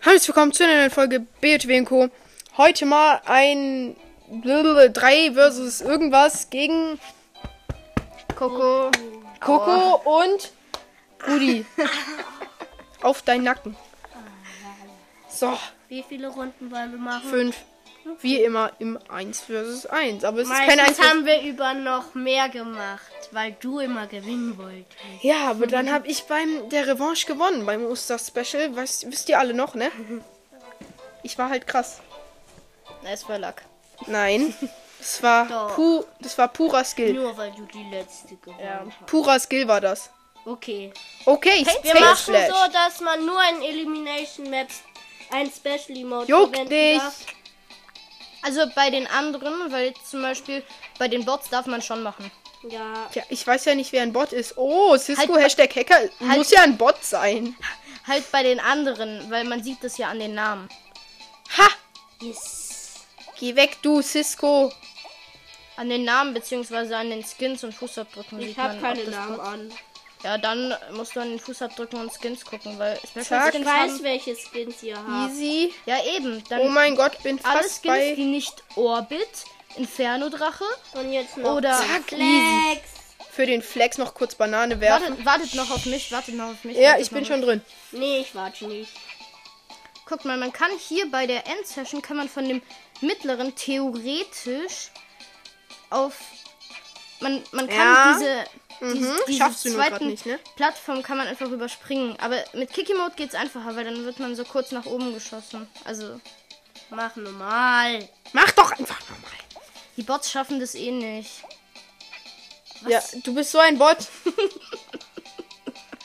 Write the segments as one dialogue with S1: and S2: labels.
S1: Herzlich willkommen zu einer neuen Folge BTW Co. Heute mal ein 3 versus irgendwas gegen Coco, Coco und Rudi. Auf deinen Nacken. So,
S2: Wie viele Runden wollen wir machen?
S1: 5. Wie immer im 1 versus 1. Aber es ist kein 1
S2: Meistens haben wir über noch mehr gemacht, weil du immer gewinnen wolltest.
S1: Ja, aber
S2: Mhm.
S1: dann habe ich beim der Revanche gewonnen, beim Oster-Special. Weißt- Wisst ihr alle noch, ne? Ich war halt krass.
S2: Es war Lack.
S1: Nein, das war,
S2: Doch.
S1: pu das war purer Skill.
S2: Nur weil du die letzte gewonnen hast.
S1: Purer Skill war das.
S2: Okay.
S1: Okay,
S2: Wir
S1: Space
S2: machen
S1: Flash.
S2: so, dass man nur in Elimination Maps ein Special Emote
S1: Juck
S2: verwenden
S1: dich.
S2: darf.
S3: Also bei den anderen, weil jetzt zum Beispiel bei den Bots darf man schon machen.
S2: Ja.
S1: Tja, ich weiß ja nicht, wer ein Bot ist. Oh, Cisco
S3: Halt-
S1: Hashtag Hacker muss ja ein Bot sein.
S3: Halt bei den anderen, weil man sieht das ja an den Namen.
S1: Ha!
S2: Yes.
S1: Geh weg, du Cisco.
S3: An den Namen beziehungsweise an den Skins und Fußabdrücken.
S2: Ich
S3: sieht
S2: habe
S3: man,
S2: keine
S3: ob das
S2: Namen
S3: Bots-
S2: an.
S3: Ja, dann musst du an den Fußabdrücken und Skins gucken, weil Special
S1: Zack.
S2: Ich
S3: Skins
S2: weiß,
S3: haben...
S2: welche Skins ihr habt.
S1: Easy.
S3: Ja eben, dann
S1: Oh mein Gott, bin
S3: alle
S1: fast
S3: Skins,
S1: bei.
S3: die nicht Orbit, Inferno Drache.
S2: Und jetzt noch
S3: Oder-
S2: Zack,
S1: Flex.
S2: Flex.
S1: Für den Flex noch kurz Banane werfen.
S3: Wartet, wartet noch auf mich, wartet noch auf mich.
S1: Ja,
S3: wartet
S1: ich bin
S3: noch
S1: schon
S3: auf-
S1: drin.
S2: Nee, ich warte nicht.
S3: Guckt mal, man kann hier bei der Endsession kann man von dem mittleren theoretisch auf man man kann
S1: Ja. Mhm.
S3: diese diese, diese
S1: Schaffst du nur grad
S3: zweiten
S1: nicht, ne?
S3: Plattform kann man einfach überspringen, aber mit Kiki Mode geht's einfacher, weil dann wird man so kurz nach oben geschossen. Also
S2: Mach normal.
S1: Mach doch einfach nochmal.
S3: die Bots schaffen das eh nicht.
S1: Ja, du bist so ein Bot.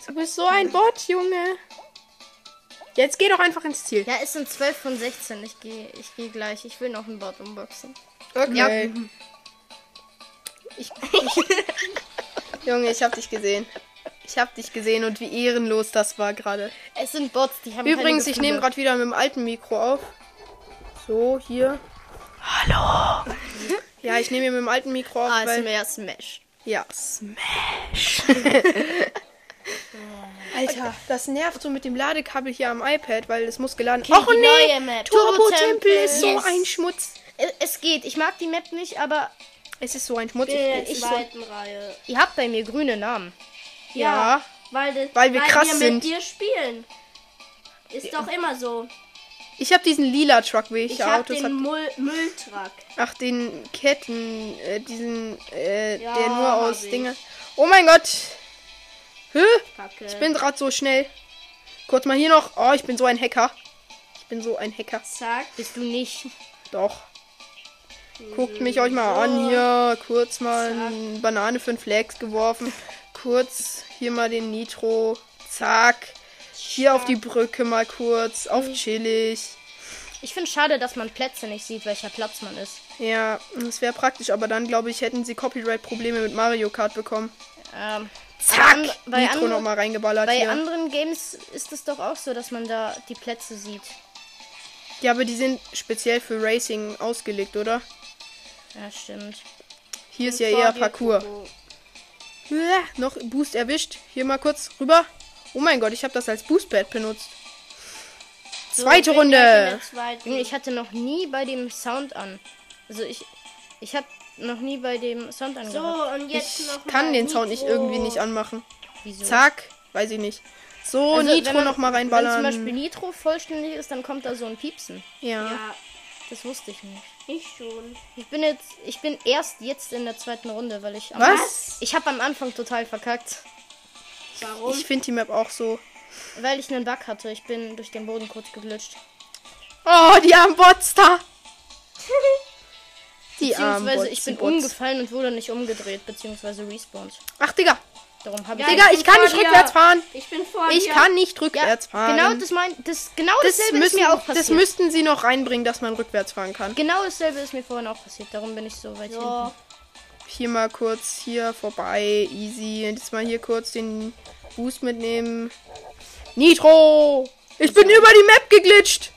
S1: du bist so ein Bot, Junge. Jetzt geh doch einfach ins Ziel.
S3: Ja, es sind 12 von 16. Ich gehe ich gehe gleich. Ich will noch einen Bot unboxen.
S1: Okay. Ich, ich, Junge, ich hab dich gesehen. Ich hab dich gesehen und wie ehrenlos das war gerade.
S3: Es sind Bots, die haben
S1: Übrigens,
S3: keine
S1: ich nehme
S3: Gefühle.
S1: gerade wieder mit dem alten Mikro auf. So, hier. Hallo. Ja, ich nehme hier mit dem alten Mikro auf, weil...
S3: ASMR Ah, Smash.
S1: Ja. Smash. Alter, das nervt so mit dem Ladekabel hier am iPad, weil es muss geladen... Och
S2: die
S1: Oh nee,
S2: neue Map.
S1: Turbo-Tempel ist so
S3: Yes.
S1: ein Schmutz.
S3: Es- Es geht. Ich mag die Map nicht, aber
S1: Es ist so ein Schmutz.
S2: In der
S3: Äh,
S1: Ich, ich,
S2: zweiten Reihe.
S3: Ihr habt bei mir grüne Namen.
S1: ja.
S2: Weil, das,
S1: Weil wir krass
S2: wir
S1: sind.
S2: mit dir spielen. Ist doch immer so.
S1: Ich habe diesen lila Truck, wie ich,
S2: Ich
S1: ja
S2: hab
S1: Autos
S2: den
S1: habe.
S2: Müll Mülltruck.
S1: Ach, den Ketten, äh, diesen, äh,
S2: Ja,
S1: der nur
S2: hab
S1: aus
S2: ich.
S1: Dinge. Oh mein Gott! Hä?
S2: Kacke.
S1: Ich bin grad so schnell. Kurz mal hier noch. Oh, ich bin so ein Hacker. Ich bin so ein Hacker.
S2: Zack.
S3: Bist du nicht?
S1: Doch. Guckt mich euch mal an hier. Kurz mal eine Banane für den Flex geworfen. Kurz hier mal den Nitro. Zack. Hier auf die Brücke mal kurz. Auf
S2: Hm.
S1: chillig.
S3: Ich finde schade, dass man Plätze nicht sieht, welcher Platz man ist.
S1: Ja, das wäre praktisch, aber dann glaube ich, hätten sie Copyright-Probleme mit Mario Kart bekommen.
S3: Ähm,
S1: Zack!
S3: an- bei
S1: Nitro
S3: anderen-
S1: nochmal reingeballert
S3: bei
S1: hier.
S3: anderen Games ist es doch auch so, dass man da die Plätze sieht.
S1: ja, aber die sind speziell für Racing ausgelegt, oder?
S3: Ja, stimmt.
S1: Hier ist ja eher Parcours. Ja, noch Boost erwischt. Hier mal kurz rüber. Oh mein Gott, ich habe das als Boostpad benutzt. Zweite Runde.
S3: Junge,
S2: Zweiten.
S3: Ich hatte noch nie bei dem Sound an. Also ich, ich hab noch nie bei dem Sound an.
S2: So,
S3: gehabt.
S2: und jetzt
S1: Ich
S2: noch
S1: kann
S2: mal
S1: den Sound nicht
S2: Nitro.
S1: irgendwie nicht anmachen.
S3: Wieso?
S1: Zack, weiß ich nicht. So,
S3: Also,
S1: Nitro
S3: wenn man-
S1: nochmal
S3: Wenn zum
S1: reinballern.
S3: Beispiel Nitro vollständig ist, dann kommt da so ein Piepsen.
S1: ja.
S2: Ja,
S3: Das wusste ich nicht.
S2: ich schon.
S3: Ich bin jetzt, ich bin erst jetzt in der zweiten Runde, weil ich. Am
S1: Was?
S3: Ich habe am Anfang total verkackt.
S2: Warum?
S1: Ich finde die Map auch so.
S3: Weil ich einen Bug hatte. Ich bin durch den Boden kurz geglitscht.
S1: Oh, die armen Bots da. Die armen
S3: Beziehungsweise
S1: Bots.
S3: ich bin
S1: die Bots.
S3: umgefallen und wurde nicht umgedreht, beziehungsweise respawned.
S1: Ach, Digga.
S3: Darum habe ich.
S2: Ja,
S1: Digga,
S2: ich
S1: ich
S2: bin
S1: kann nicht
S2: vor dir.
S1: rückwärts fahren.
S2: Ich bin vor
S1: Ich
S2: dir.
S1: kann nicht rückwärts
S3: ja,
S1: fahren.
S3: genau das mein, das genau
S1: das
S3: dasselbe
S1: müssen,
S3: ist mir auch
S1: das
S3: passiert.
S1: müssten sie noch reinbringen, dass man rückwärts fahren kann.
S3: genau dasselbe ist mir vorhin auch passiert. Darum bin ich so weit
S2: So,
S3: hinten.
S1: Hier mal kurz hier vorbei. Easy. Jetzt mal hier kurz den Boost mitnehmen. Nitro! Ich bin über die Map geglitscht.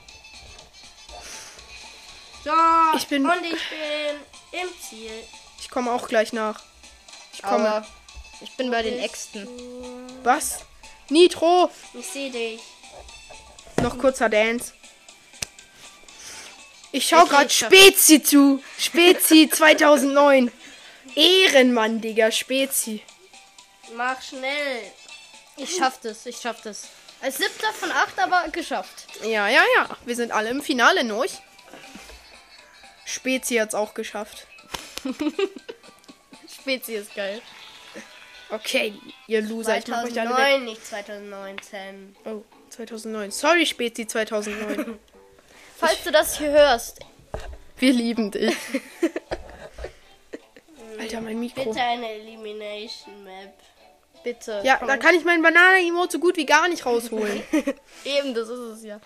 S2: so.
S1: Ich bin-
S2: Und ich bin im Ziel.
S1: Ich komme auch gleich nach. Ich komme.
S3: Aber ich bin bei den Äxten.
S1: Was? Nitro!
S2: Ich sehe dich.
S1: Noch kurzer Dance. Ich schau gerade Spezi zu. Spezi 2009. Ehrenmann, Digga, Spezi.
S2: Mach schnell.
S3: Ich schaff das, ich schaff das. Als siebter von acht, aber geschafft.
S1: Ja, ja, ja. Wir sind alle im Finale, Norch. Spezi hat's auch geschafft.
S3: Spezi ist geil.
S1: Okay, ihr Loser, ich mach euch alle weg.
S2: 2009, nicht 2019.
S1: Oh, 2009. Sorry, Spezi 2009.
S3: Falls du das hier hörst,
S1: Wir lieben dich. Alter, mein Mikro.
S2: Bitte eine Elimination Map.
S3: bitte.
S1: Ja,
S3: komm.
S1: da kann ich meinen Banana-Emote so gut wie gar nicht rausholen.
S3: Eben, das ist es ja.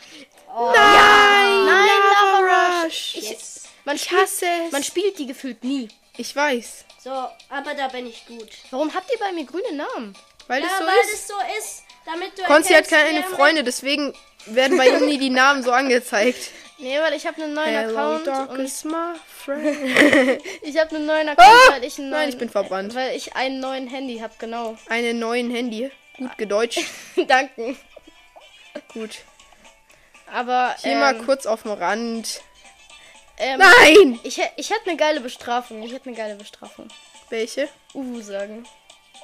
S1: Nein,
S3: Nein,
S1: Lava
S3: Lava
S1: Rush. Ich,
S2: Yes.
S3: Man
S1: ich
S3: spielt,
S1: hasse es.
S3: man spielt die gefühlt nie.
S1: ich weiß,
S2: So, aber da bin ich gut.
S3: Warum habt ihr bei mir grüne Namen?
S1: weil es
S2: ja,
S1: so
S2: weil
S1: ist.
S2: es so ist, damit du
S1: Konzi hat
S2: erkennst,
S1: keine
S2: wer mit-
S1: Freunde, deswegen werden bei ihm nie die Namen so angezeigt.
S3: Nee, weil ich habe einen neuen
S1: Hello,
S3: Account
S1: darkest my friend.
S3: und ich habe einen neuen Account, weil ich einen neuen,
S1: Ah! Nein, ich bin verbrannt.
S3: weil ich einen neuen Handy habe, genau.
S1: Einen neuen Handy. Gut gedeutscht.
S3: Danke.
S1: Gut.
S3: Aber
S1: Hier
S3: ähm,
S1: mal kurz auf dem Rand.
S3: ähm,
S1: Nein!
S3: ich hä- ich hätte eine geile Bestrafung. Ich hätte eine geile Bestrafung.
S1: Welche?
S3: Uhu sagen.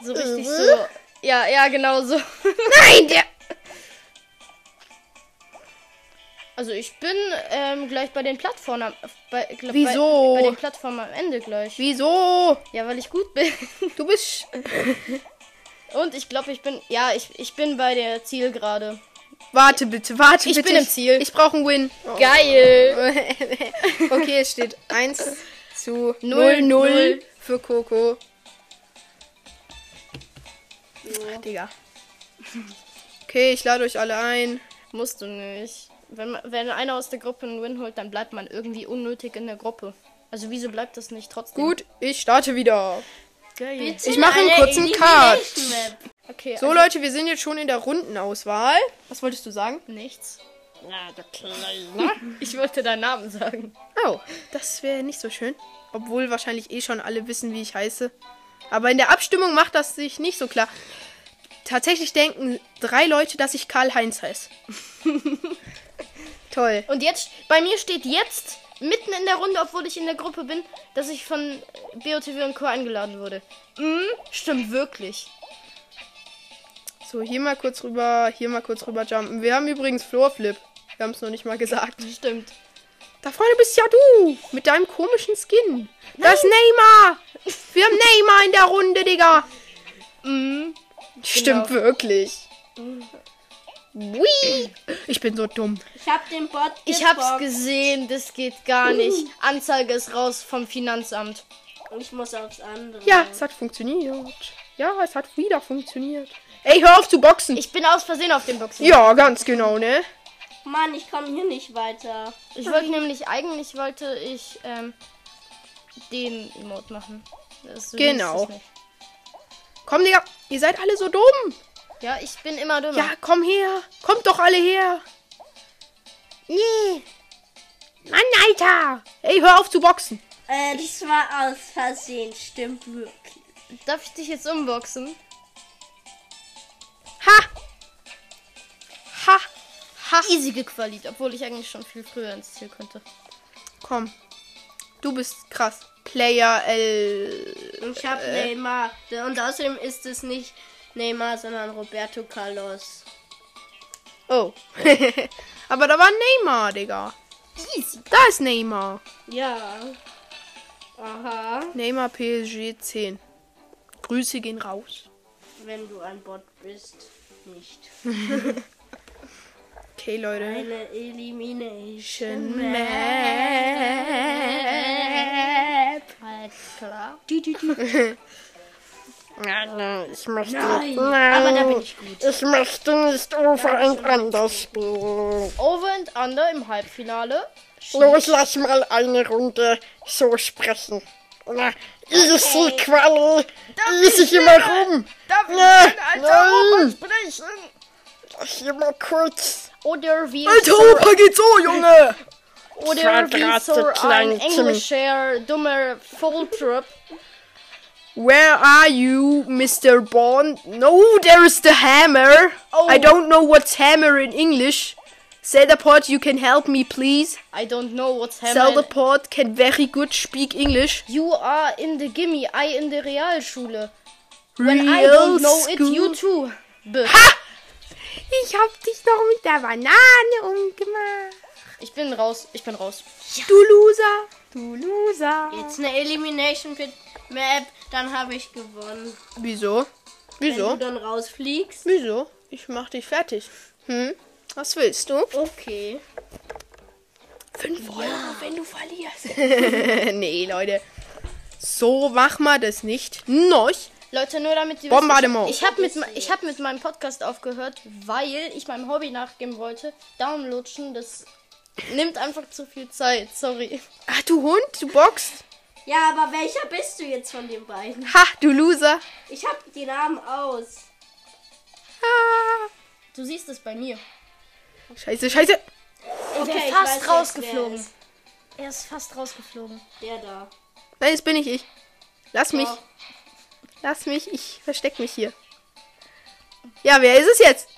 S3: So richtig
S1: Uhu?
S3: so. Ja, ja, genau so.
S1: Nein, der.
S3: Also ich bin ähm, gleich bei den Plattformen am- bei, glaub,
S1: Wieso?
S3: Bei, bei den Plattformen am Ende gleich.
S1: Wieso?
S3: Ja, weil ich gut bin.
S1: Du bist. sch-
S3: Und ich glaube, ich bin ja, ich, ich bin bei der Zielgerade.
S1: Warte bitte, warte
S3: Ich
S1: bitte.
S3: bin im Ziel.
S1: Ich brauche einen Win. Oh.
S3: Geil.
S1: Okay, es steht 1 zu 0, 0
S3: Null, null.
S1: für Coco. Ach, Digga. Okay, ich lade euch alle ein.
S3: Musst du nicht. Wenn, man- wenn einer aus der Gruppe einen Win holt, dann bleibt man irgendwie unnötig in der Gruppe. Also wieso bleibt das nicht trotzdem?
S1: Gut, ich starte wieder.
S3: Geil.
S2: Bitte
S1: Ich mache einen
S2: eine
S1: kurzen
S2: Elimination Map.
S3: Okay. also
S1: So Leute, wir sind jetzt schon in der Rundenauswahl. Was wolltest du sagen?
S3: also nichts. Na, der Kleine. ich wollte deinen Namen sagen.
S1: Oh, das wäre nicht so schön. Obwohl wahrscheinlich eh schon alle wissen, wie ich heiße. Aber in der Abstimmung macht das sich nicht so klar. Tatsächlich denken drei Leute, dass ich Karl-Heinz heiße. Toll.
S3: Und jetzt, bei mir steht jetzt, mitten in der Runde, obwohl ich in der Gruppe bin, dass ich von BOTW und Co. eingeladen wurde. Mhm, stimmt wirklich.
S1: So, hier mal kurz rüber, hier mal kurz rüber jumpen. Wir haben übrigens Floorflip. Wir haben es noch nicht mal gesagt.
S3: Stimmt.
S1: Da vorne bist ja du mit deinem komischen Skin. Das ist Neymar. Wir haben Neymar in der Runde, Digga. Mhm. Stimmt wirklich. Whee. Ich bin so dumm.
S2: Ich hab den Bot
S3: Ich hab's
S2: gespokt.
S3: gesehen, das geht gar nicht. Anzeige ist raus vom Finanzamt.
S2: Ich muss aufs andere.
S1: Ja, es hat funktioniert. Ja, es hat wieder funktioniert. Ey, hör auf zu boxen.
S3: Ich bin aus Versehen auf dem Boxen.
S1: ja, ganz genau, ne?
S2: Mann, ich komme hier nicht weiter.
S3: Ich wollte nämlich, eigentlich wollte ich ähm, den Emote machen. Das- so
S1: Genau.
S3: hieß es nicht.
S1: Komm, Digga. Ihr seid alle so dumm.
S3: Ja, ich bin immer dümmer.
S1: Ja, komm her. Kommt doch alle her. Nee. Mann, Alter. Ey, hör auf zu boxen.
S2: Äh, das war aus Versehen, stimmt wirklich.
S3: Darf ich dich jetzt umboxen?
S1: Ha. Ha.
S3: Ha. Easy gequalit, obwohl ich eigentlich schon viel früher ins Ziel konnte.
S1: Komm. Du bist krass. Player L.
S2: Ich hab
S1: Äh.
S2: Neymar. Und außerdem ist es nicht Neymar, sondern Roberto Carlos.
S1: Oh. Aber da war Neymar, Digga. Easy. Da ist Neymar.
S2: Ja. Aha.
S1: Neymar PSG 10. Grüße gehen raus.
S2: Wenn du ein Bot bist, nicht.
S1: Okay, Leute.
S2: Eine Elimination
S1: Map.
S2: Alles klar.
S1: Ich möchte.
S2: Nein, aber da bin ich gut.
S1: Ich möchte nicht over and under spielen.
S3: Over and Under im Halbfinale.
S1: Los, lass mal eine Runde so sprechen. Na, easy Quali. Easy immer rum.
S3: Darf
S1: Na, nein.
S3: sprechen?
S1: Lass hier mal kurz.
S3: Oder wie
S1: Opa geht so, Junge.
S3: oder wie
S1: Quadrate
S3: so ein
S1: klein Tim.
S3: englischer dummer Volltrip.
S1: Where are you, Mr. Bond? No, there is the hammer.
S3: Oh.
S1: I don't know what's hammer in English. Zelda Port, you can help me, please.
S3: I don't know what's
S1: Zelda
S3: happening.
S1: Port can very good speak English.
S3: You are in the gimme, I in the Realschule.
S1: Real
S3: I don't know it,
S1: school.
S3: you too. Bö.
S1: Ich hab dich doch mit der Banane umgemacht.
S3: Ich bin raus, ich bin raus.
S1: Du Loser. Du Loser.
S2: Jetzt eine Elimination Pit Map, dann habe ich gewonnen.
S1: Wieso?
S2: Wenn du
S1: Wieso?
S2: dann rausfliegst.
S1: Wieso? Ich mach dich fertig. Hm? Was willst du?
S2: Okay.
S1: Fünf Euro, wenn du verlierst. nee, Leute. So mach mal das nicht. Noch.
S3: Leute, nur damit ihr
S1: Bombardement.
S3: wisst, ich habe mit, me- ich hab mit meinem Podcast aufgehört, weil ich meinem Hobby nachgeben wollte. Downlutschen, das nimmt einfach zu viel Zeit, sorry.
S1: Ach, Ah, du Hund, du boxt.
S2: Ja, aber welcher bist du jetzt von den beiden?
S1: Ha, du Loser.
S2: Ich habe die Namen aus.
S1: Ah.
S3: Du siehst es bei mir.
S1: Scheiße, scheiße.
S3: Okay,
S2: ich
S3: fast
S2: weiß jetzt,
S3: rausgeflogen.
S2: wer ist.
S3: Er ist fast rausgeflogen.
S2: Der da.
S1: Nein, jetzt bin ich ich. Lass mich.
S2: Doch.
S1: Lass mich. Ich versteck mich hier. Ja, wer ist es jetzt?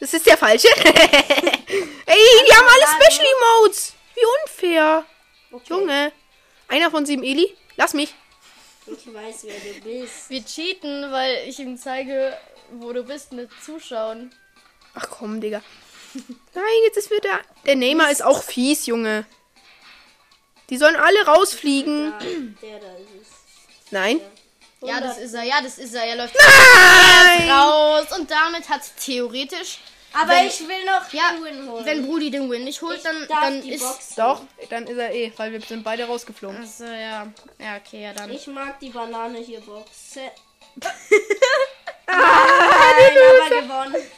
S1: Das ist der falsche. Ey, die haben alle Special Emotes. Wie unfair. Junge. Einer von sieben Eli. Lass mich.
S2: Ich weiß, wer du bist.
S3: Wir cheaten, weil ich ihm zeige, wo du bist mit Zuschauen.
S1: Ach komm, Digga. Nein, jetzt ist wieder. Der Neymar ist auch fies, Junge. Die sollen alle rausfliegen.
S2: Ja, der da ist es.
S1: Nein.
S3: Ja, das ist er, ja, das ist er. Er läuft
S1: Nein!
S3: raus. Und damit hat theoretisch,
S2: Aber
S3: Wenn-
S2: ich will noch
S3: ja,
S2: Ruhen holen.
S3: wenn Brudi den Win nicht holt,
S2: ich
S3: dann,
S2: darf
S3: dann
S2: die
S3: ist...
S2: Box.
S1: Doch, dann ist er eh, weil wir sind beide rausgeflogen.
S3: Achso, ja. Ja, okay, ja dann.
S2: Ich mag die Banane hier boxen. Nein, aber gewonnen.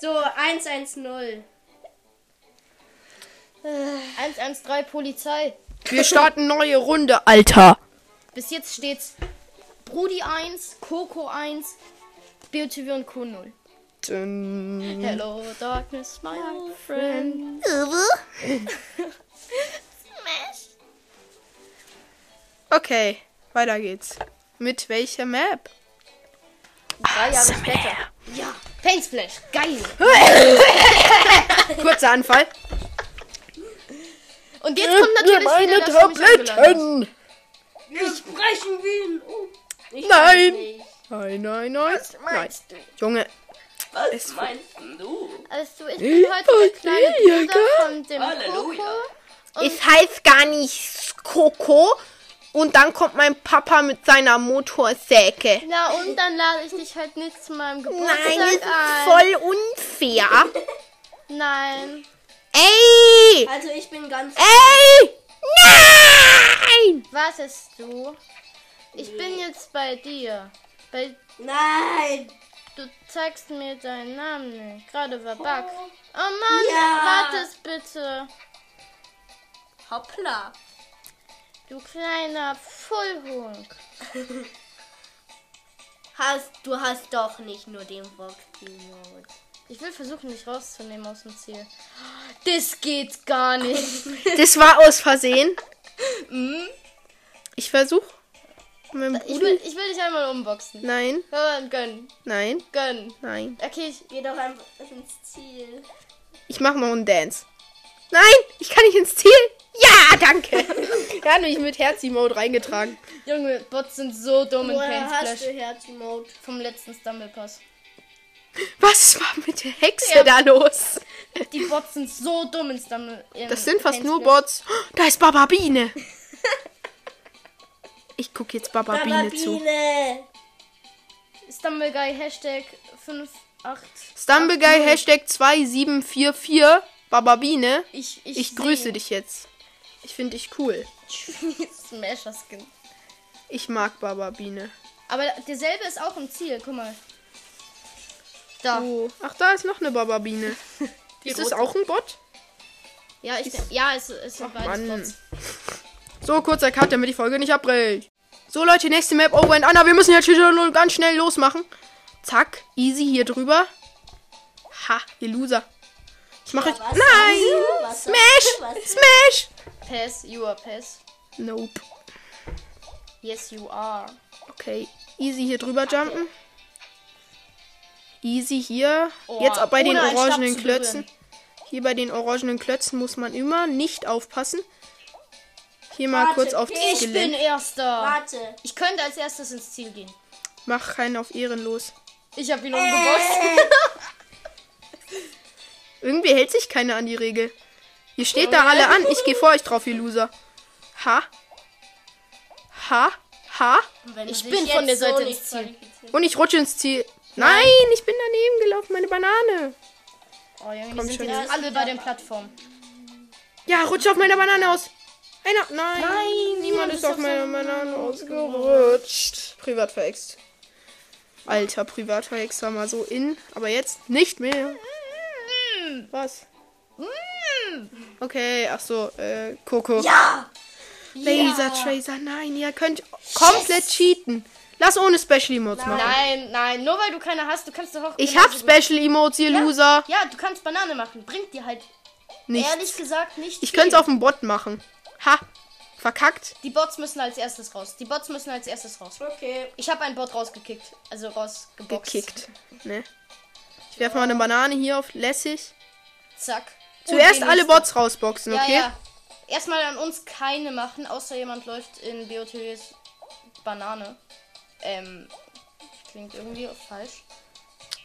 S2: So, 1-1-0.
S3: 113 Polizei.
S1: Wir starten neue Runde, Alter.
S3: Bis jetzt steht's Brudi 1, Coco 1, BioTV und Co 0.
S1: Dun.
S3: Hello, Darkness, my old friend.
S1: Okay, weiter geht's. Mit welcher Map?
S3: Drei Jahre später. Ja. Paint Splash, geil.
S1: Kurzer Anfall.
S3: Und jetzt kommt natürlich
S1: Äh, Meine
S3: wieder, dass du mich abgeleitet
S1: Tabletten.
S2: Wir sprechen wie ein U. Ich
S1: Nein.
S2: weiß nicht.
S1: Nein, nein, nein. nein.
S3: hast.
S1: Junge,
S2: Was
S1: Es-
S2: meinst du?
S3: Also, ich bin heute der kleine
S1: Halleluja.
S3: Bruder von dem
S2: Halleluja.
S3: Coco.
S1: Es heißt gar nicht Coco. Und dann kommt mein Papa mit seiner Motorsäge.
S3: Na und dann lade ich dich halt nicht zu meinem
S1: Nein,
S3: Geburtstag
S1: das ist
S3: ein.
S1: voll unfair.
S3: Nein.
S1: Ey!
S2: Also ich bin ganz...
S3: Äh?
S1: Ey! Nein!
S3: Wartest du? Ich bin jetzt bei dir. Bei
S2: Nein.
S3: Du zeigst mir deinen Namen nicht. Gerade war Bug. Oh Mann,
S2: Ja.
S3: wartest bitte.
S2: Hoppla.
S3: Du kleiner Vollhunk.
S2: Hast, du hast doch nicht nur den Boxen.
S3: Ich will versuchen, dich rauszunehmen aus dem Ziel. Das geht gar nicht.
S1: Das war aus Versehen. Ich versuch. Mein
S3: Mhm. Ich
S1: Bruder.
S3: will, ich will dich einmal umboxen.
S1: Nein,
S3: Komm, gönn,
S1: nein,
S3: gönn.
S1: nein.
S3: Okay, ich,
S2: Geh doch einfach ins Ziel.
S1: Ich mach noch einen Dance. Nein, ich kann nicht ins Ziel. Ja, danke. Er hat mich mit Herz-Mode reingetragen.
S3: Junge, Bots sind so dumm in
S2: Woher
S3: Paint
S2: hast
S3: Splash.
S2: du Herz-Mode?
S3: Vom letzten Stumblepass.
S1: Was war mit der Hexe
S3: Ja.
S1: da los?
S3: Die Bots sind so dumm in Stumble. in
S1: Das sind fast
S3: Paint
S1: nur
S3: Splash.
S1: Bots. Oh, Da ist Bababine. Ich gucke jetzt Bababine zu.
S2: Biene.
S3: Stumble Guy, Hashtag 58.
S1: Stumbleguy Hashtag 2744 Bababine.
S3: Ich, ich,
S1: Ich grüße
S3: seh.
S1: dich jetzt. Ich finde dich cool.
S3: Smasher Skin.
S1: Ich mag Bababine.
S3: Aber derselbe ist auch im Ziel, guck mal. Da.
S1: Oh. Ach, da ist noch eine Bababine. ist das auch ein Bot?
S3: Ja, ich, ja, es, es sind beides
S1: Mann.
S3: Bots.
S1: So, kurzer Cut, damit die Folge nicht abbricht. So, Leute, nächste Map, Over and Anna. Wir müssen jetzt wieder nur ganz schnell losmachen. Zack, easy hier drüber. Ha, ihr Loser. Ich mache...
S2: Was
S1: Nein!
S2: sagst du? Was
S1: Smash!
S2: sagst
S1: Smash!
S3: Pass, you are pass.
S1: Nope.
S3: Yes, you are.
S1: Okay, easy hier drüber jumpen. Easy hier.
S3: Oh,
S1: Jetzt auch bei den
S3: ohne einen Stab
S1: orangenen
S3: zu
S1: Klötzen. Hier bei den orangenen Klötzen muss man immer nicht aufpassen. Hier mal
S2: Warte,
S1: kurz auf das
S2: ich
S3: Ich bin
S1: Gelände.
S3: Erster.
S2: Warte.
S3: Ich könnte als erstes ins Ziel gehen.
S1: Mach keinen auf ehrenlos.
S3: Ich habe ihn umgeboxt.
S1: Irgendwie hält sich keiner an die Regel. Ihr steht da alle an. Ich gehe vor euch drauf, ihr Loser. Ha. Ha. Ha.
S2: Wenn du
S3: Ich
S2: dich
S3: bin
S2: jetzt
S3: von der Seite
S2: nicht
S3: ins Ziel.
S2: qualifizierst.
S1: Und ich rutsche ins Ziel. Nein, ich bin daneben gelaufen, meine Banane.
S3: Oh, Junge, die
S1: Komm
S3: sind
S1: schon.
S3: jetzt alle bei den Plattformen.
S1: Ja, rutsche auf meiner Banane aus. Einer. Nein. niemand ist auf meiner Banane ausgerutscht. Privat verhext. Alter, privat verhext war mal so in, aber jetzt nicht mehr. Was? Hm. Okay, ach so, äh, Coco.
S2: Ja!
S1: Laser Tracer, nein, ihr könnt komplett cheaten. Lass ohne Special Emotes machen.
S3: Nein, nein, nur weil du keine hast, du kannst doch auch.
S1: Ich hab
S3: genauso gut-
S1: Special Emotes, ihr Loser.
S3: Ja, du kannst Banane machen. Bringt dir halt
S1: Nicht.
S3: ehrlich gesagt nicht.
S1: Ich
S3: viel.
S1: könnte es auf dem Bot machen. Ha, verkackt.
S3: Die Bots müssen als erstes raus. Die Bots müssen als erstes raus.
S2: Okay.
S3: Ich habe einen Bot rausgekickt. Also rausgeboxt.
S1: Gekickt. Ne? Ich werfe mal eine Banane hier auf lässig.
S3: Zack.
S1: Zuerst
S3: Und den
S1: alle
S3: nächsten.
S1: Bots rausboxen,
S3: Ja,
S1: okay?
S3: ja. Erstmal an uns keine machen, außer jemand läuft in Biotheles Banane. Ähm, klingt irgendwie falsch.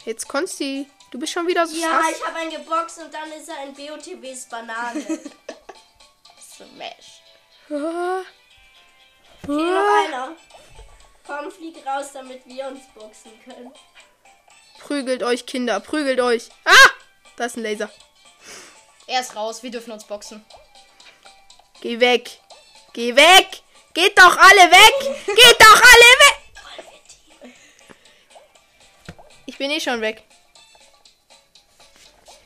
S1: Jetzt Konsti, du bist schon wieder so
S2: Ja,
S1: sass.
S2: ich habe einen geboxt und dann ist er ein BOTBs Banane. Hier
S3: Smash.
S1: Ah,
S2: noch einer. Komm, flieg raus, damit wir uns boxen können.
S1: Prügelt euch, Kinder, prügelt euch. Ah! Da ist ein Laser.
S3: Er ist raus, wir dürfen uns boxen.
S1: Geh weg. Geh weg. Geht doch alle weg. Geht doch alle weg. Ich bin eh schon weg.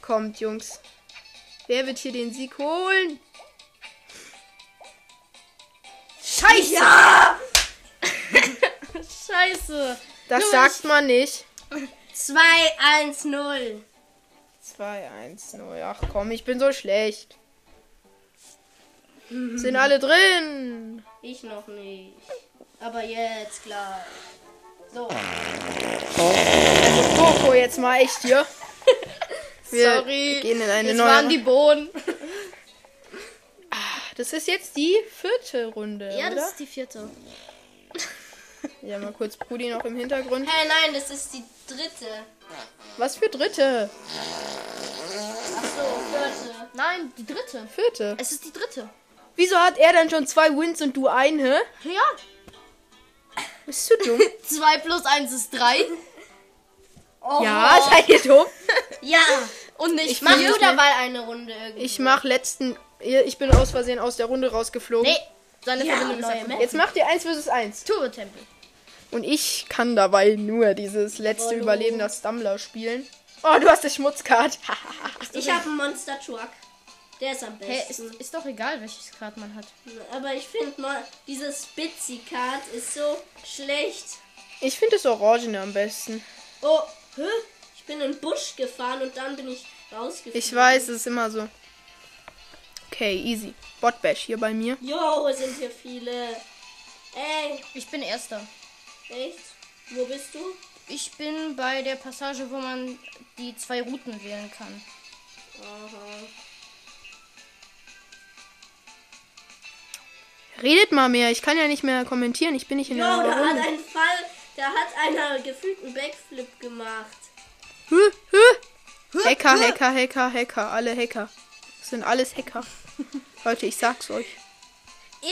S1: Kommt, Jungs. Wer wird hier den Sieg holen?
S3: Scheiße! Scheiße!
S1: Das sagt man nicht.
S2: 2-1-0.
S1: 2, 1, 0. Ach komm, ich bin so schlecht. Sind alle drin?
S2: Ich noch nicht. Aber jetzt klar. So.
S1: Coco, jetzt mal echt hier. Wir
S3: Sorry.
S1: gehen in eine
S3: Jetzt
S1: neue.
S3: waren die Bohnen.
S1: das ist jetzt die vierte Runde,
S3: Ja,
S1: oder?
S3: das ist die vierte.
S1: Ja, mal kurz Brudi noch im Hintergrund.
S2: Hey, nein, das ist die dritte.
S1: Was für dritte?
S2: Ach so, vierte.
S3: Nein, die dritte.
S1: Vierte.
S3: Es ist die dritte.
S1: Wieso hat er dann schon zwei Wins und du eine?
S3: Ja.
S1: Bist du dumm?
S3: 2 plus 1 ist 3.
S1: ja,
S3: Oh.
S1: seid ihr dumm?
S2: Oh. Ja.
S3: Und nicht
S2: Mach
S3: vier.
S2: du dabei eine Runde irgendwie.
S1: Ich mach letzten. Ich bin aus Versehen aus der Runde rausgeflogen.
S3: Nee, seine
S2: Ja,
S3: Verbindung ist
S2: neue
S3: einfach.
S2: Map.
S1: Jetzt macht ihr eins versus eins.
S3: Turbo-Tempel.
S1: Und ich kann dabei nur dieses letzte Überleben der Stammler spielen. Oh, du hast eine Schmutzkarte.
S2: Ich habe einen Monster Truck. Der ist am
S3: Hey, ist,
S2: besten.
S3: ist doch egal, welches Grad man hat.
S2: Aber ich finde mal, dieses Spitzy Card ist so schlecht.
S1: ich finde das Orangene am besten.
S2: Oh, hä? Ich bin in den Busch gefahren und dann bin ich rausgefahren.
S1: Ich weiß, es ist immer so. Okay, easy. Botbash hier bei mir.
S2: Jo, sind hier viele. Ey,
S3: Ich bin Erster.
S2: echt? Wo bist du?
S3: Ich bin bei der Passage, wo man die zwei Routen wählen kann.
S2: Aha.
S1: Redet mal mehr. Ich kann ja nicht mehr kommentieren. Ich bin nicht in
S2: Jo,
S1: der
S2: da hat
S1: Runde.
S2: ein Fall, da hat einer gefühlt einen Backflip gemacht.
S1: Hü, hü. Hacker, Hacker, Hacker, Hacker. Alle Hacker. Das sind alles Hacker. Leute, ich sag's euch.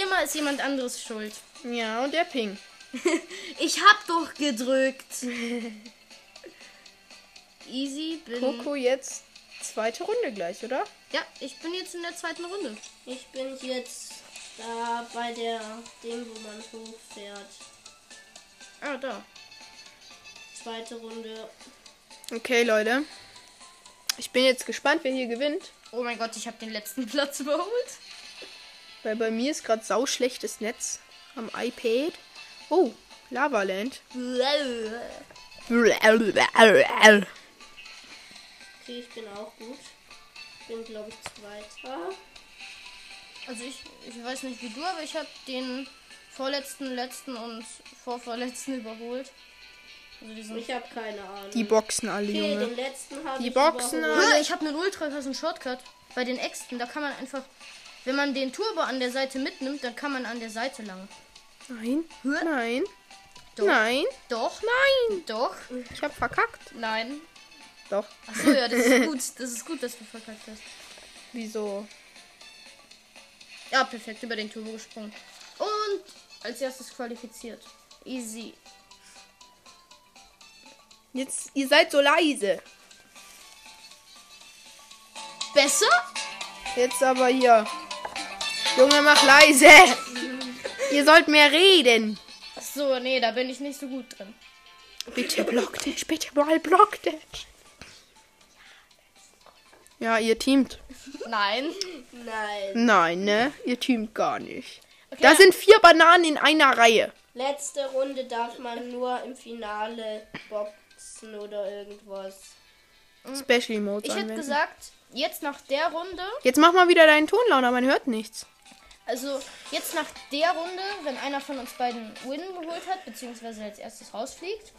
S3: Immer ist jemand anderes schuld.
S1: Ja, und der Ping.
S3: Ich hab doch gedrückt. Easy bin.
S1: Coco jetzt zweite Runde gleich, oder?
S3: Ja, ich bin jetzt in der zweiten Runde.
S2: Ich bin jetzt da bei der Ding, wo man hochfährt.
S3: Ah, da.
S2: Zweite Runde.
S1: Okay, Leute. Ich bin jetzt gespannt, wer hier gewinnt.
S3: Oh mein Gott, ich habe den letzten Platz überholt.
S1: Weil bei mir ist gerade sauschlechtes Netz am iPad. Oh, Lavaland.
S2: Okay, ich bin auch gut. Bin, glaube ich, Zweiter.
S3: Also ich, ich weiß nicht wie du, aber ich habe den vorletzten, letzten und vorvorletzten überholt.
S4: Also diesen
S2: Ich habe keine Ahnung.
S1: Die boxen alle,
S2: okay,
S1: Junge.
S2: den letzten habe
S1: ne? Die
S2: ich
S1: boxen
S2: überholt.
S1: alle.
S3: Hä, Ah, ich habe einen ultra krassen Shortcut bei den Äxten. Da kann man einfach, wenn man den Turbo an der Seite mitnimmt, dann kann man an der Seite lang.
S1: Nein. Nein.
S3: Doch.
S1: Nein.
S3: Doch. Nein. Doch.
S1: Ich hab verkackt.
S3: Nein.
S1: Doch.
S3: Achso, ja, das ist gut. Das ist gut, dass du verkackt hast.
S1: Wieso?
S3: Ja, perfekt, über den Turbo gesprungen. Und als erstes qualifiziert. Easy.
S1: Jetzt, ihr seid so leise.
S3: Besser?
S1: Jetzt aber hier. Junge, mach leise. ihr sollt mehr reden.
S3: Achso, nee, da bin ich nicht so gut drin.
S1: Bitte block dich, bitte mal block dich. Ja, ihr teamt.
S3: Nein.
S1: ne?
S2: Nein.
S1: Nein, ne? Ihr teamt gar nicht.
S3: Okay.
S1: Da sind vier Bananen in einer Reihe.
S2: Letzte Runde darf man nur im Finale boxen oder irgendwas.
S1: Special Mode.
S3: ich hätte gesagt, jetzt nach der Runde,
S1: Jetzt mach mal wieder deinen Ton lauter, man hört nichts.
S3: also jetzt nach der Runde, wenn einer von uns beiden Win geholt hat, beziehungsweise als erstes rausfliegt,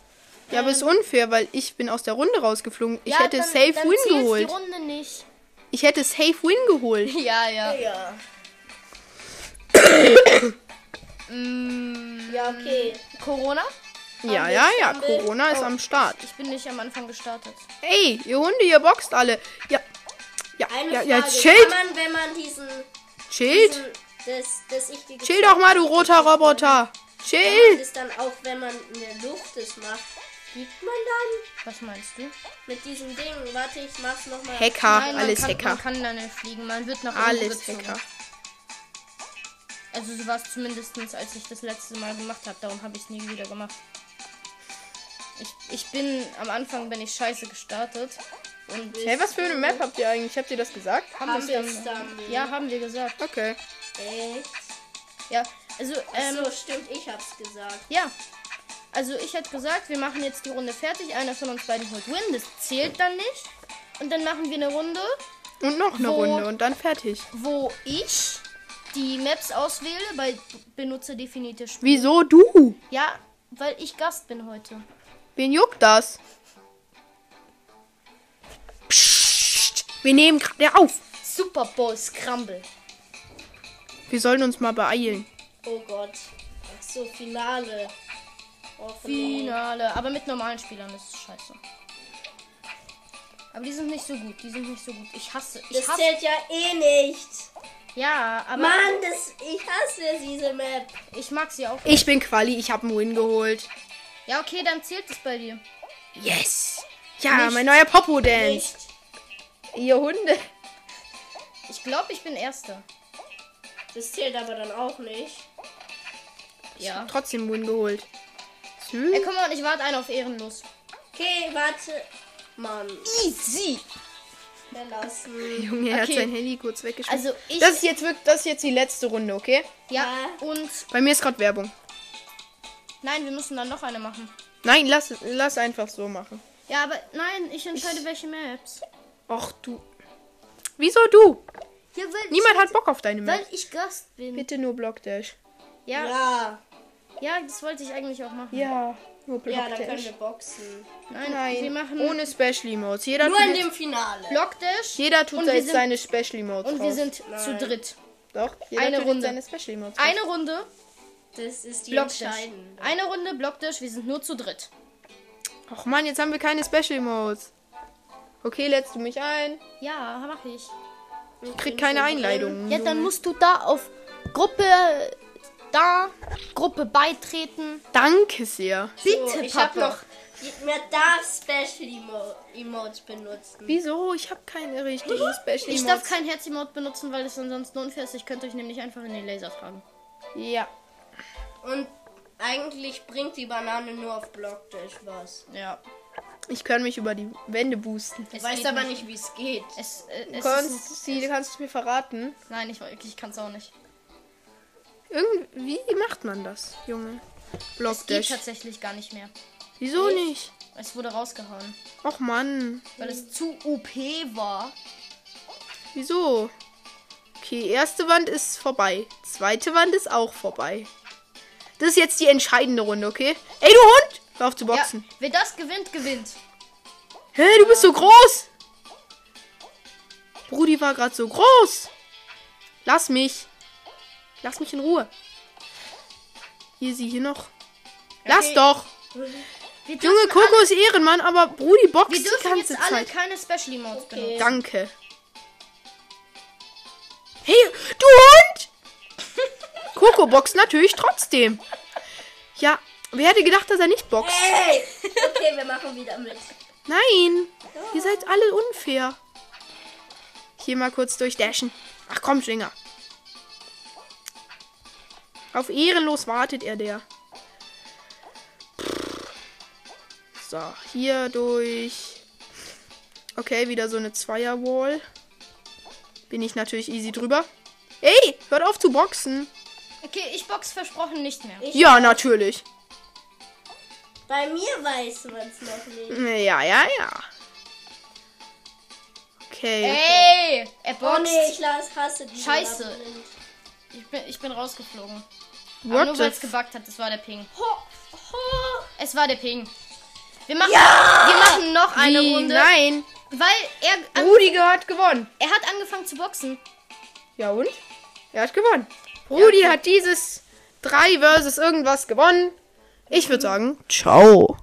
S1: Ja, aber ist unfair, weil ich bin aus der Runde rausgeflogen. Ich
S3: ja,
S1: hätte
S3: dann,
S1: Safe
S3: dann zählt's
S1: Win geholt.
S3: die Runde nicht.
S1: Ich hätte Safe Win geholt.
S3: Ja, ja.
S2: Ja.
S3: Mm,
S2: Ja, okay.
S3: Corona?
S1: Ja,
S2: wir
S1: ja, ja.
S2: Stumble?
S1: Corona ist am Start.
S3: Ich bin nicht am Anfang gestartet.
S1: Ey, ihr Hunde, ihr boxt alle. Ja. Ja,
S2: Eine
S1: ja,
S2: Frage.
S1: ja, chillt,
S2: Kann man, wenn man diesen,
S1: chillt.
S2: diesen das, das ich dir
S1: Chill
S2: gezeigt
S1: doch mal, du roter Roboter.
S2: Kann man
S1: Chill.
S2: das dann auch, wenn man in der Luft es macht, fliegt man dann
S3: Was meinst du?
S2: mit diesem Ding? Warte, ich mach's nochmal.
S1: Hacker,
S3: Nein, man
S1: Ah, alles
S3: kann,
S1: Hacker.
S3: Man kann dann nicht fliegen, man wird nach oben
S1: Alles
S3: gezogen.
S1: Hacker.
S3: Also so war es zumindest, als ich das letzte Mal gemacht habe. Darum habe ich es nie wieder gemacht. Ich, ich bin, am Anfang bin ich scheiße gestartet. Und
S1: Hey, was für eine Map habt ihr eigentlich? Habt ihr das gesagt?
S2: Haben
S3: wir
S2: wir's dann?
S3: Ja, haben wir gesagt.
S1: Okay.
S2: Echt?
S3: Ja, also, ähm,
S2: Achso, stimmt, ich hab's gesagt.
S3: ja. Also ich hätte gesagt, wir machen jetzt die Runde fertig. Einer von uns beiden holt Win, das zählt dann nicht. Und dann machen wir eine Runde,
S1: Und noch eine
S3: Wo-
S1: Runde und dann fertig.
S3: wo ich die Maps auswähle bei B- Benutzer definierte Spiel.
S1: Wieso du?
S3: Ja, weil ich Gast bin heute.
S1: Wen juckt das? Psst, wir nehmen gerade auf.
S3: Super Bowl Scramble.
S1: Wir sollen uns mal beeilen.
S2: Oh Gott. Achso, Finale. Oh, Finale.
S3: Finale. Aber mit normalen Spielern ist es scheiße. Aber die sind nicht so gut. Die sind nicht so gut. Ich hasse. Ich
S2: Das
S3: hasse.
S2: zählt ja eh nicht.
S3: Ja, aber
S2: Mann, das, ich hasse diese Map.
S3: ich mag sie auch.
S1: Ich bin Quali, ich habe einen Win geholt.
S3: Ja, okay, dann zählt es bei dir.
S1: Yes. Ja, mein neuer Popo-Dance.
S2: Nicht.
S1: Ihr Hunde.
S3: Ich glaube, ich bin Erster.
S2: Das zählt aber dann auch nicht.
S3: Ja.
S1: Trotzdem Win geholt.
S3: Ey, komm mal, und ich warte einen auf ehrenlos.
S2: Okay, warte. Mann,
S3: Easy.
S2: wir lassen.
S1: Junge, er hat
S3: Okay.
S1: sein Handy kurz weggeschmissen.
S3: Also ich.
S1: das, ist jetzt, wirklich- das ist jetzt die letzte Runde, okay?
S3: ja. Und
S1: Bei mir ist gerade Werbung.
S3: nein, wir müssen dann noch eine machen.
S1: Nein, lass, lass einfach so machen.
S3: Ja, aber nein, ich entscheide welche Maps.
S1: Och du. Wieso du?
S3: Ja, weil
S1: Niemand hat Bock auf deine Map.
S3: weil ich Gast bin.
S1: Bitte nur Blockdash.
S3: Ja, ja,
S2: Ja,
S3: das wollte ich eigentlich auch machen.
S1: Ja, nur
S2: ja, dann
S1: Blockdash.
S2: können wir boxen.
S3: Nein,
S1: Nein,
S3: wir machen
S1: ohne Special Emotes. Jeder
S2: Nur
S1: tut,
S2: in
S1: jetzt,
S2: dem Finale.
S3: Blockdash.
S1: jeder tut
S3: Und wir
S1: jetzt
S3: sind-
S1: seine Special Emotes
S3: Und
S1: raus.
S3: wir sind zu dritt.
S1: Doch, jeder
S3: eine
S1: tut
S3: Runde.
S1: jetzt seine Special Emotes raus.
S3: Eine Runde
S2: Das ist die
S3: Blockdash.
S2: entscheidende.
S3: Eine Runde Blockdash, wir sind nur zu dritt.
S1: Och man, jetzt haben wir keine Special Emotes. Okay, lädst du mich ein?
S3: Ja, mach ich.
S1: Ich krieg keine Einleitung.
S3: Ja, dann musst du da auf Gruppe äh, da Gruppe beitreten.
S1: Danke sehr.
S3: Bitte,
S2: So, ich hab
S3: Papa.
S2: noch. Man darf Special Emo Emotes benutzen.
S1: Wieso? Ich habe keine richtigen Special
S3: ich darf
S1: Emotes.
S3: kein Herz-Emote benutzen, weil das ansonsten unfair ist. Ich könnte euch nämlich einfach in den Laser fragen.
S1: Ja.
S2: Und eigentlich bringt die Banane nur auf Blockdash was.
S3: Ja.
S1: Ich kann mich über die Wände boosten.
S3: Es
S2: Weiß
S3: geht
S2: aber
S3: nicht.
S2: nicht, wie es geht.
S3: Es, äh, es ist,
S1: Kannst, sie, kannst du mir verraten?
S3: nein, ich, ich kann es auch nicht.
S1: Irgendwie macht man das, Junge.
S3: Es geht
S1: Blockdash.
S3: tatsächlich gar nicht mehr.
S1: Wieso nicht?
S3: Es wurde rausgehauen,
S1: Och Mann.
S3: weil es zu OP war.
S1: Wieso? Okay, erste Wand ist vorbei. Zweite Wand ist auch vorbei. Das ist jetzt die entscheidende Runde, okay? Ey, du Hund! Lauf zu
S3: Ja,
S1: boxen.
S3: wer das gewinnt, gewinnt.
S1: Hey, du bist so groß! Brudi war gerade so groß! Lass mich! Lass mich in Ruhe! Hier, sie hier noch. Lass
S3: Okay.
S1: doch!
S3: Wir dürfen
S1: Junge, Coco ist Ehrenmann, aber Brudi boxt
S3: alle, wir
S1: die
S3: dürfen
S1: ganze
S3: jetzt alle
S1: Zeit.
S3: keine Special Emotes benutzen.
S1: Danke. Hey, du Hund! Coco boxt natürlich trotzdem. Ja, wer hätte gedacht, dass er nicht boxt?
S5: Hey! Okay, wir machen wieder mit.
S1: Nein, ihr seid alle unfair. Hier mal kurz durchdashen. Ach komm, Schwinger. Auf ehrenlos wartet er der. Pff. So, hier durch. Okay, wieder so eine Zweierwall. Bin ich natürlich easy drüber. Ey, hört auf zu boxen.
S3: Okay, ich box versprochen nicht mehr.
S1: Ja, natürlich.
S5: Bei mir weiß man es noch nicht.
S1: Ja, ja, ja. Okay.
S3: Ey, er
S5: Oh
S3: boxt.
S5: nee, ich las- hasse die.
S3: Scheiße. ich, bin, ich bin rausgeflogen. Aber
S1: What
S3: nur
S1: the
S3: weil es
S1: f-
S3: gebackt hat, das war der Ping.
S5: Ho, ho.
S3: Es war der Ping. Wir machen, wir machen noch eine
S1: Wie?
S3: Runde. Ah.
S1: Nein.
S3: Weil er, an,
S1: Rudi hat gewonnen.
S3: er hat angefangen zu boxen.
S1: Ja und? Er hat gewonnen.
S3: Mhm.
S1: Rudi hat dieses 3 versus irgendwas gewonnen. Ich würde sagen, ciao.